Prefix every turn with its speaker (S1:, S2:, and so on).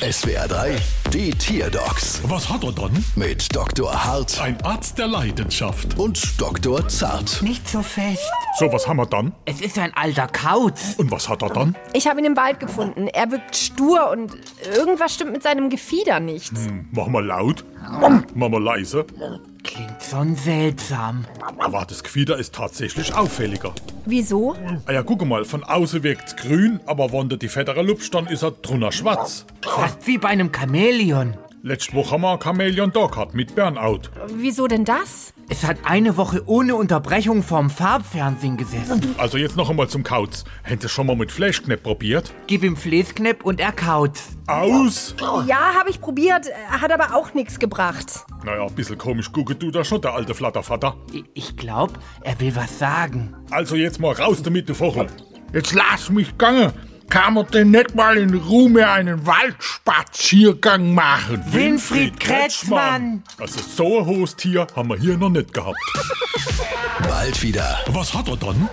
S1: SWR 3, die Tierdocs
S2: Was hat er dann?
S1: mit Dr. Hart
S2: Ein Arzt der Leidenschaft.
S1: und Dr. Zart.
S3: Nicht so fest.
S2: So, was haben wir dann?
S3: Es ist ein alter Kauz.
S2: Und was hat er dann?
S4: Ich habe ihn im Wald gefunden. Er wirkt stur und irgendwas stimmt mit seinem Gefieder nicht.
S2: Machen wir laut? Machen wir leise?
S3: Klingt schon seltsam.
S2: Aber das Gefieder ist tatsächlich auffälliger.
S4: Wieso?
S2: Ah ja, guck mal, von außen wirkt's grün, aber wenn du die fettere lupst, dann ist er drunter schwarz.
S3: Fast wie bei einem Chamäleon.
S2: Letzte Woche haben wir einen Chameleon Dog gehabt mit Burnout.
S4: Wieso denn das?
S3: Es hat eine Woche ohne Unterbrechung vorm Farbfernsehen gesessen.
S2: Also jetzt noch einmal zum Kauz. Hättest du schon mal mit Flashknepp probiert?
S3: Gib ihm Fleesknepp und er kaut.
S2: Aus!
S4: Ja, habe ich probiert, äh, hat aber auch nichts gebracht.
S2: Naja, ein bisschen komisch gucke du da schon, der alte Flattervater.
S3: I- Ich glaub, er will was sagen.
S2: Also jetzt mal raus damit, du Vogel. Jetzt lass mich gange. Kann man denn nicht mal in Ruhe mehr einen Waldspaziergang machen?
S3: Winfried Kretschmann.
S2: Also so ein hohes Tier haben wir hier noch nicht gehabt.
S1: Bald wieder.
S2: Was hat er dann?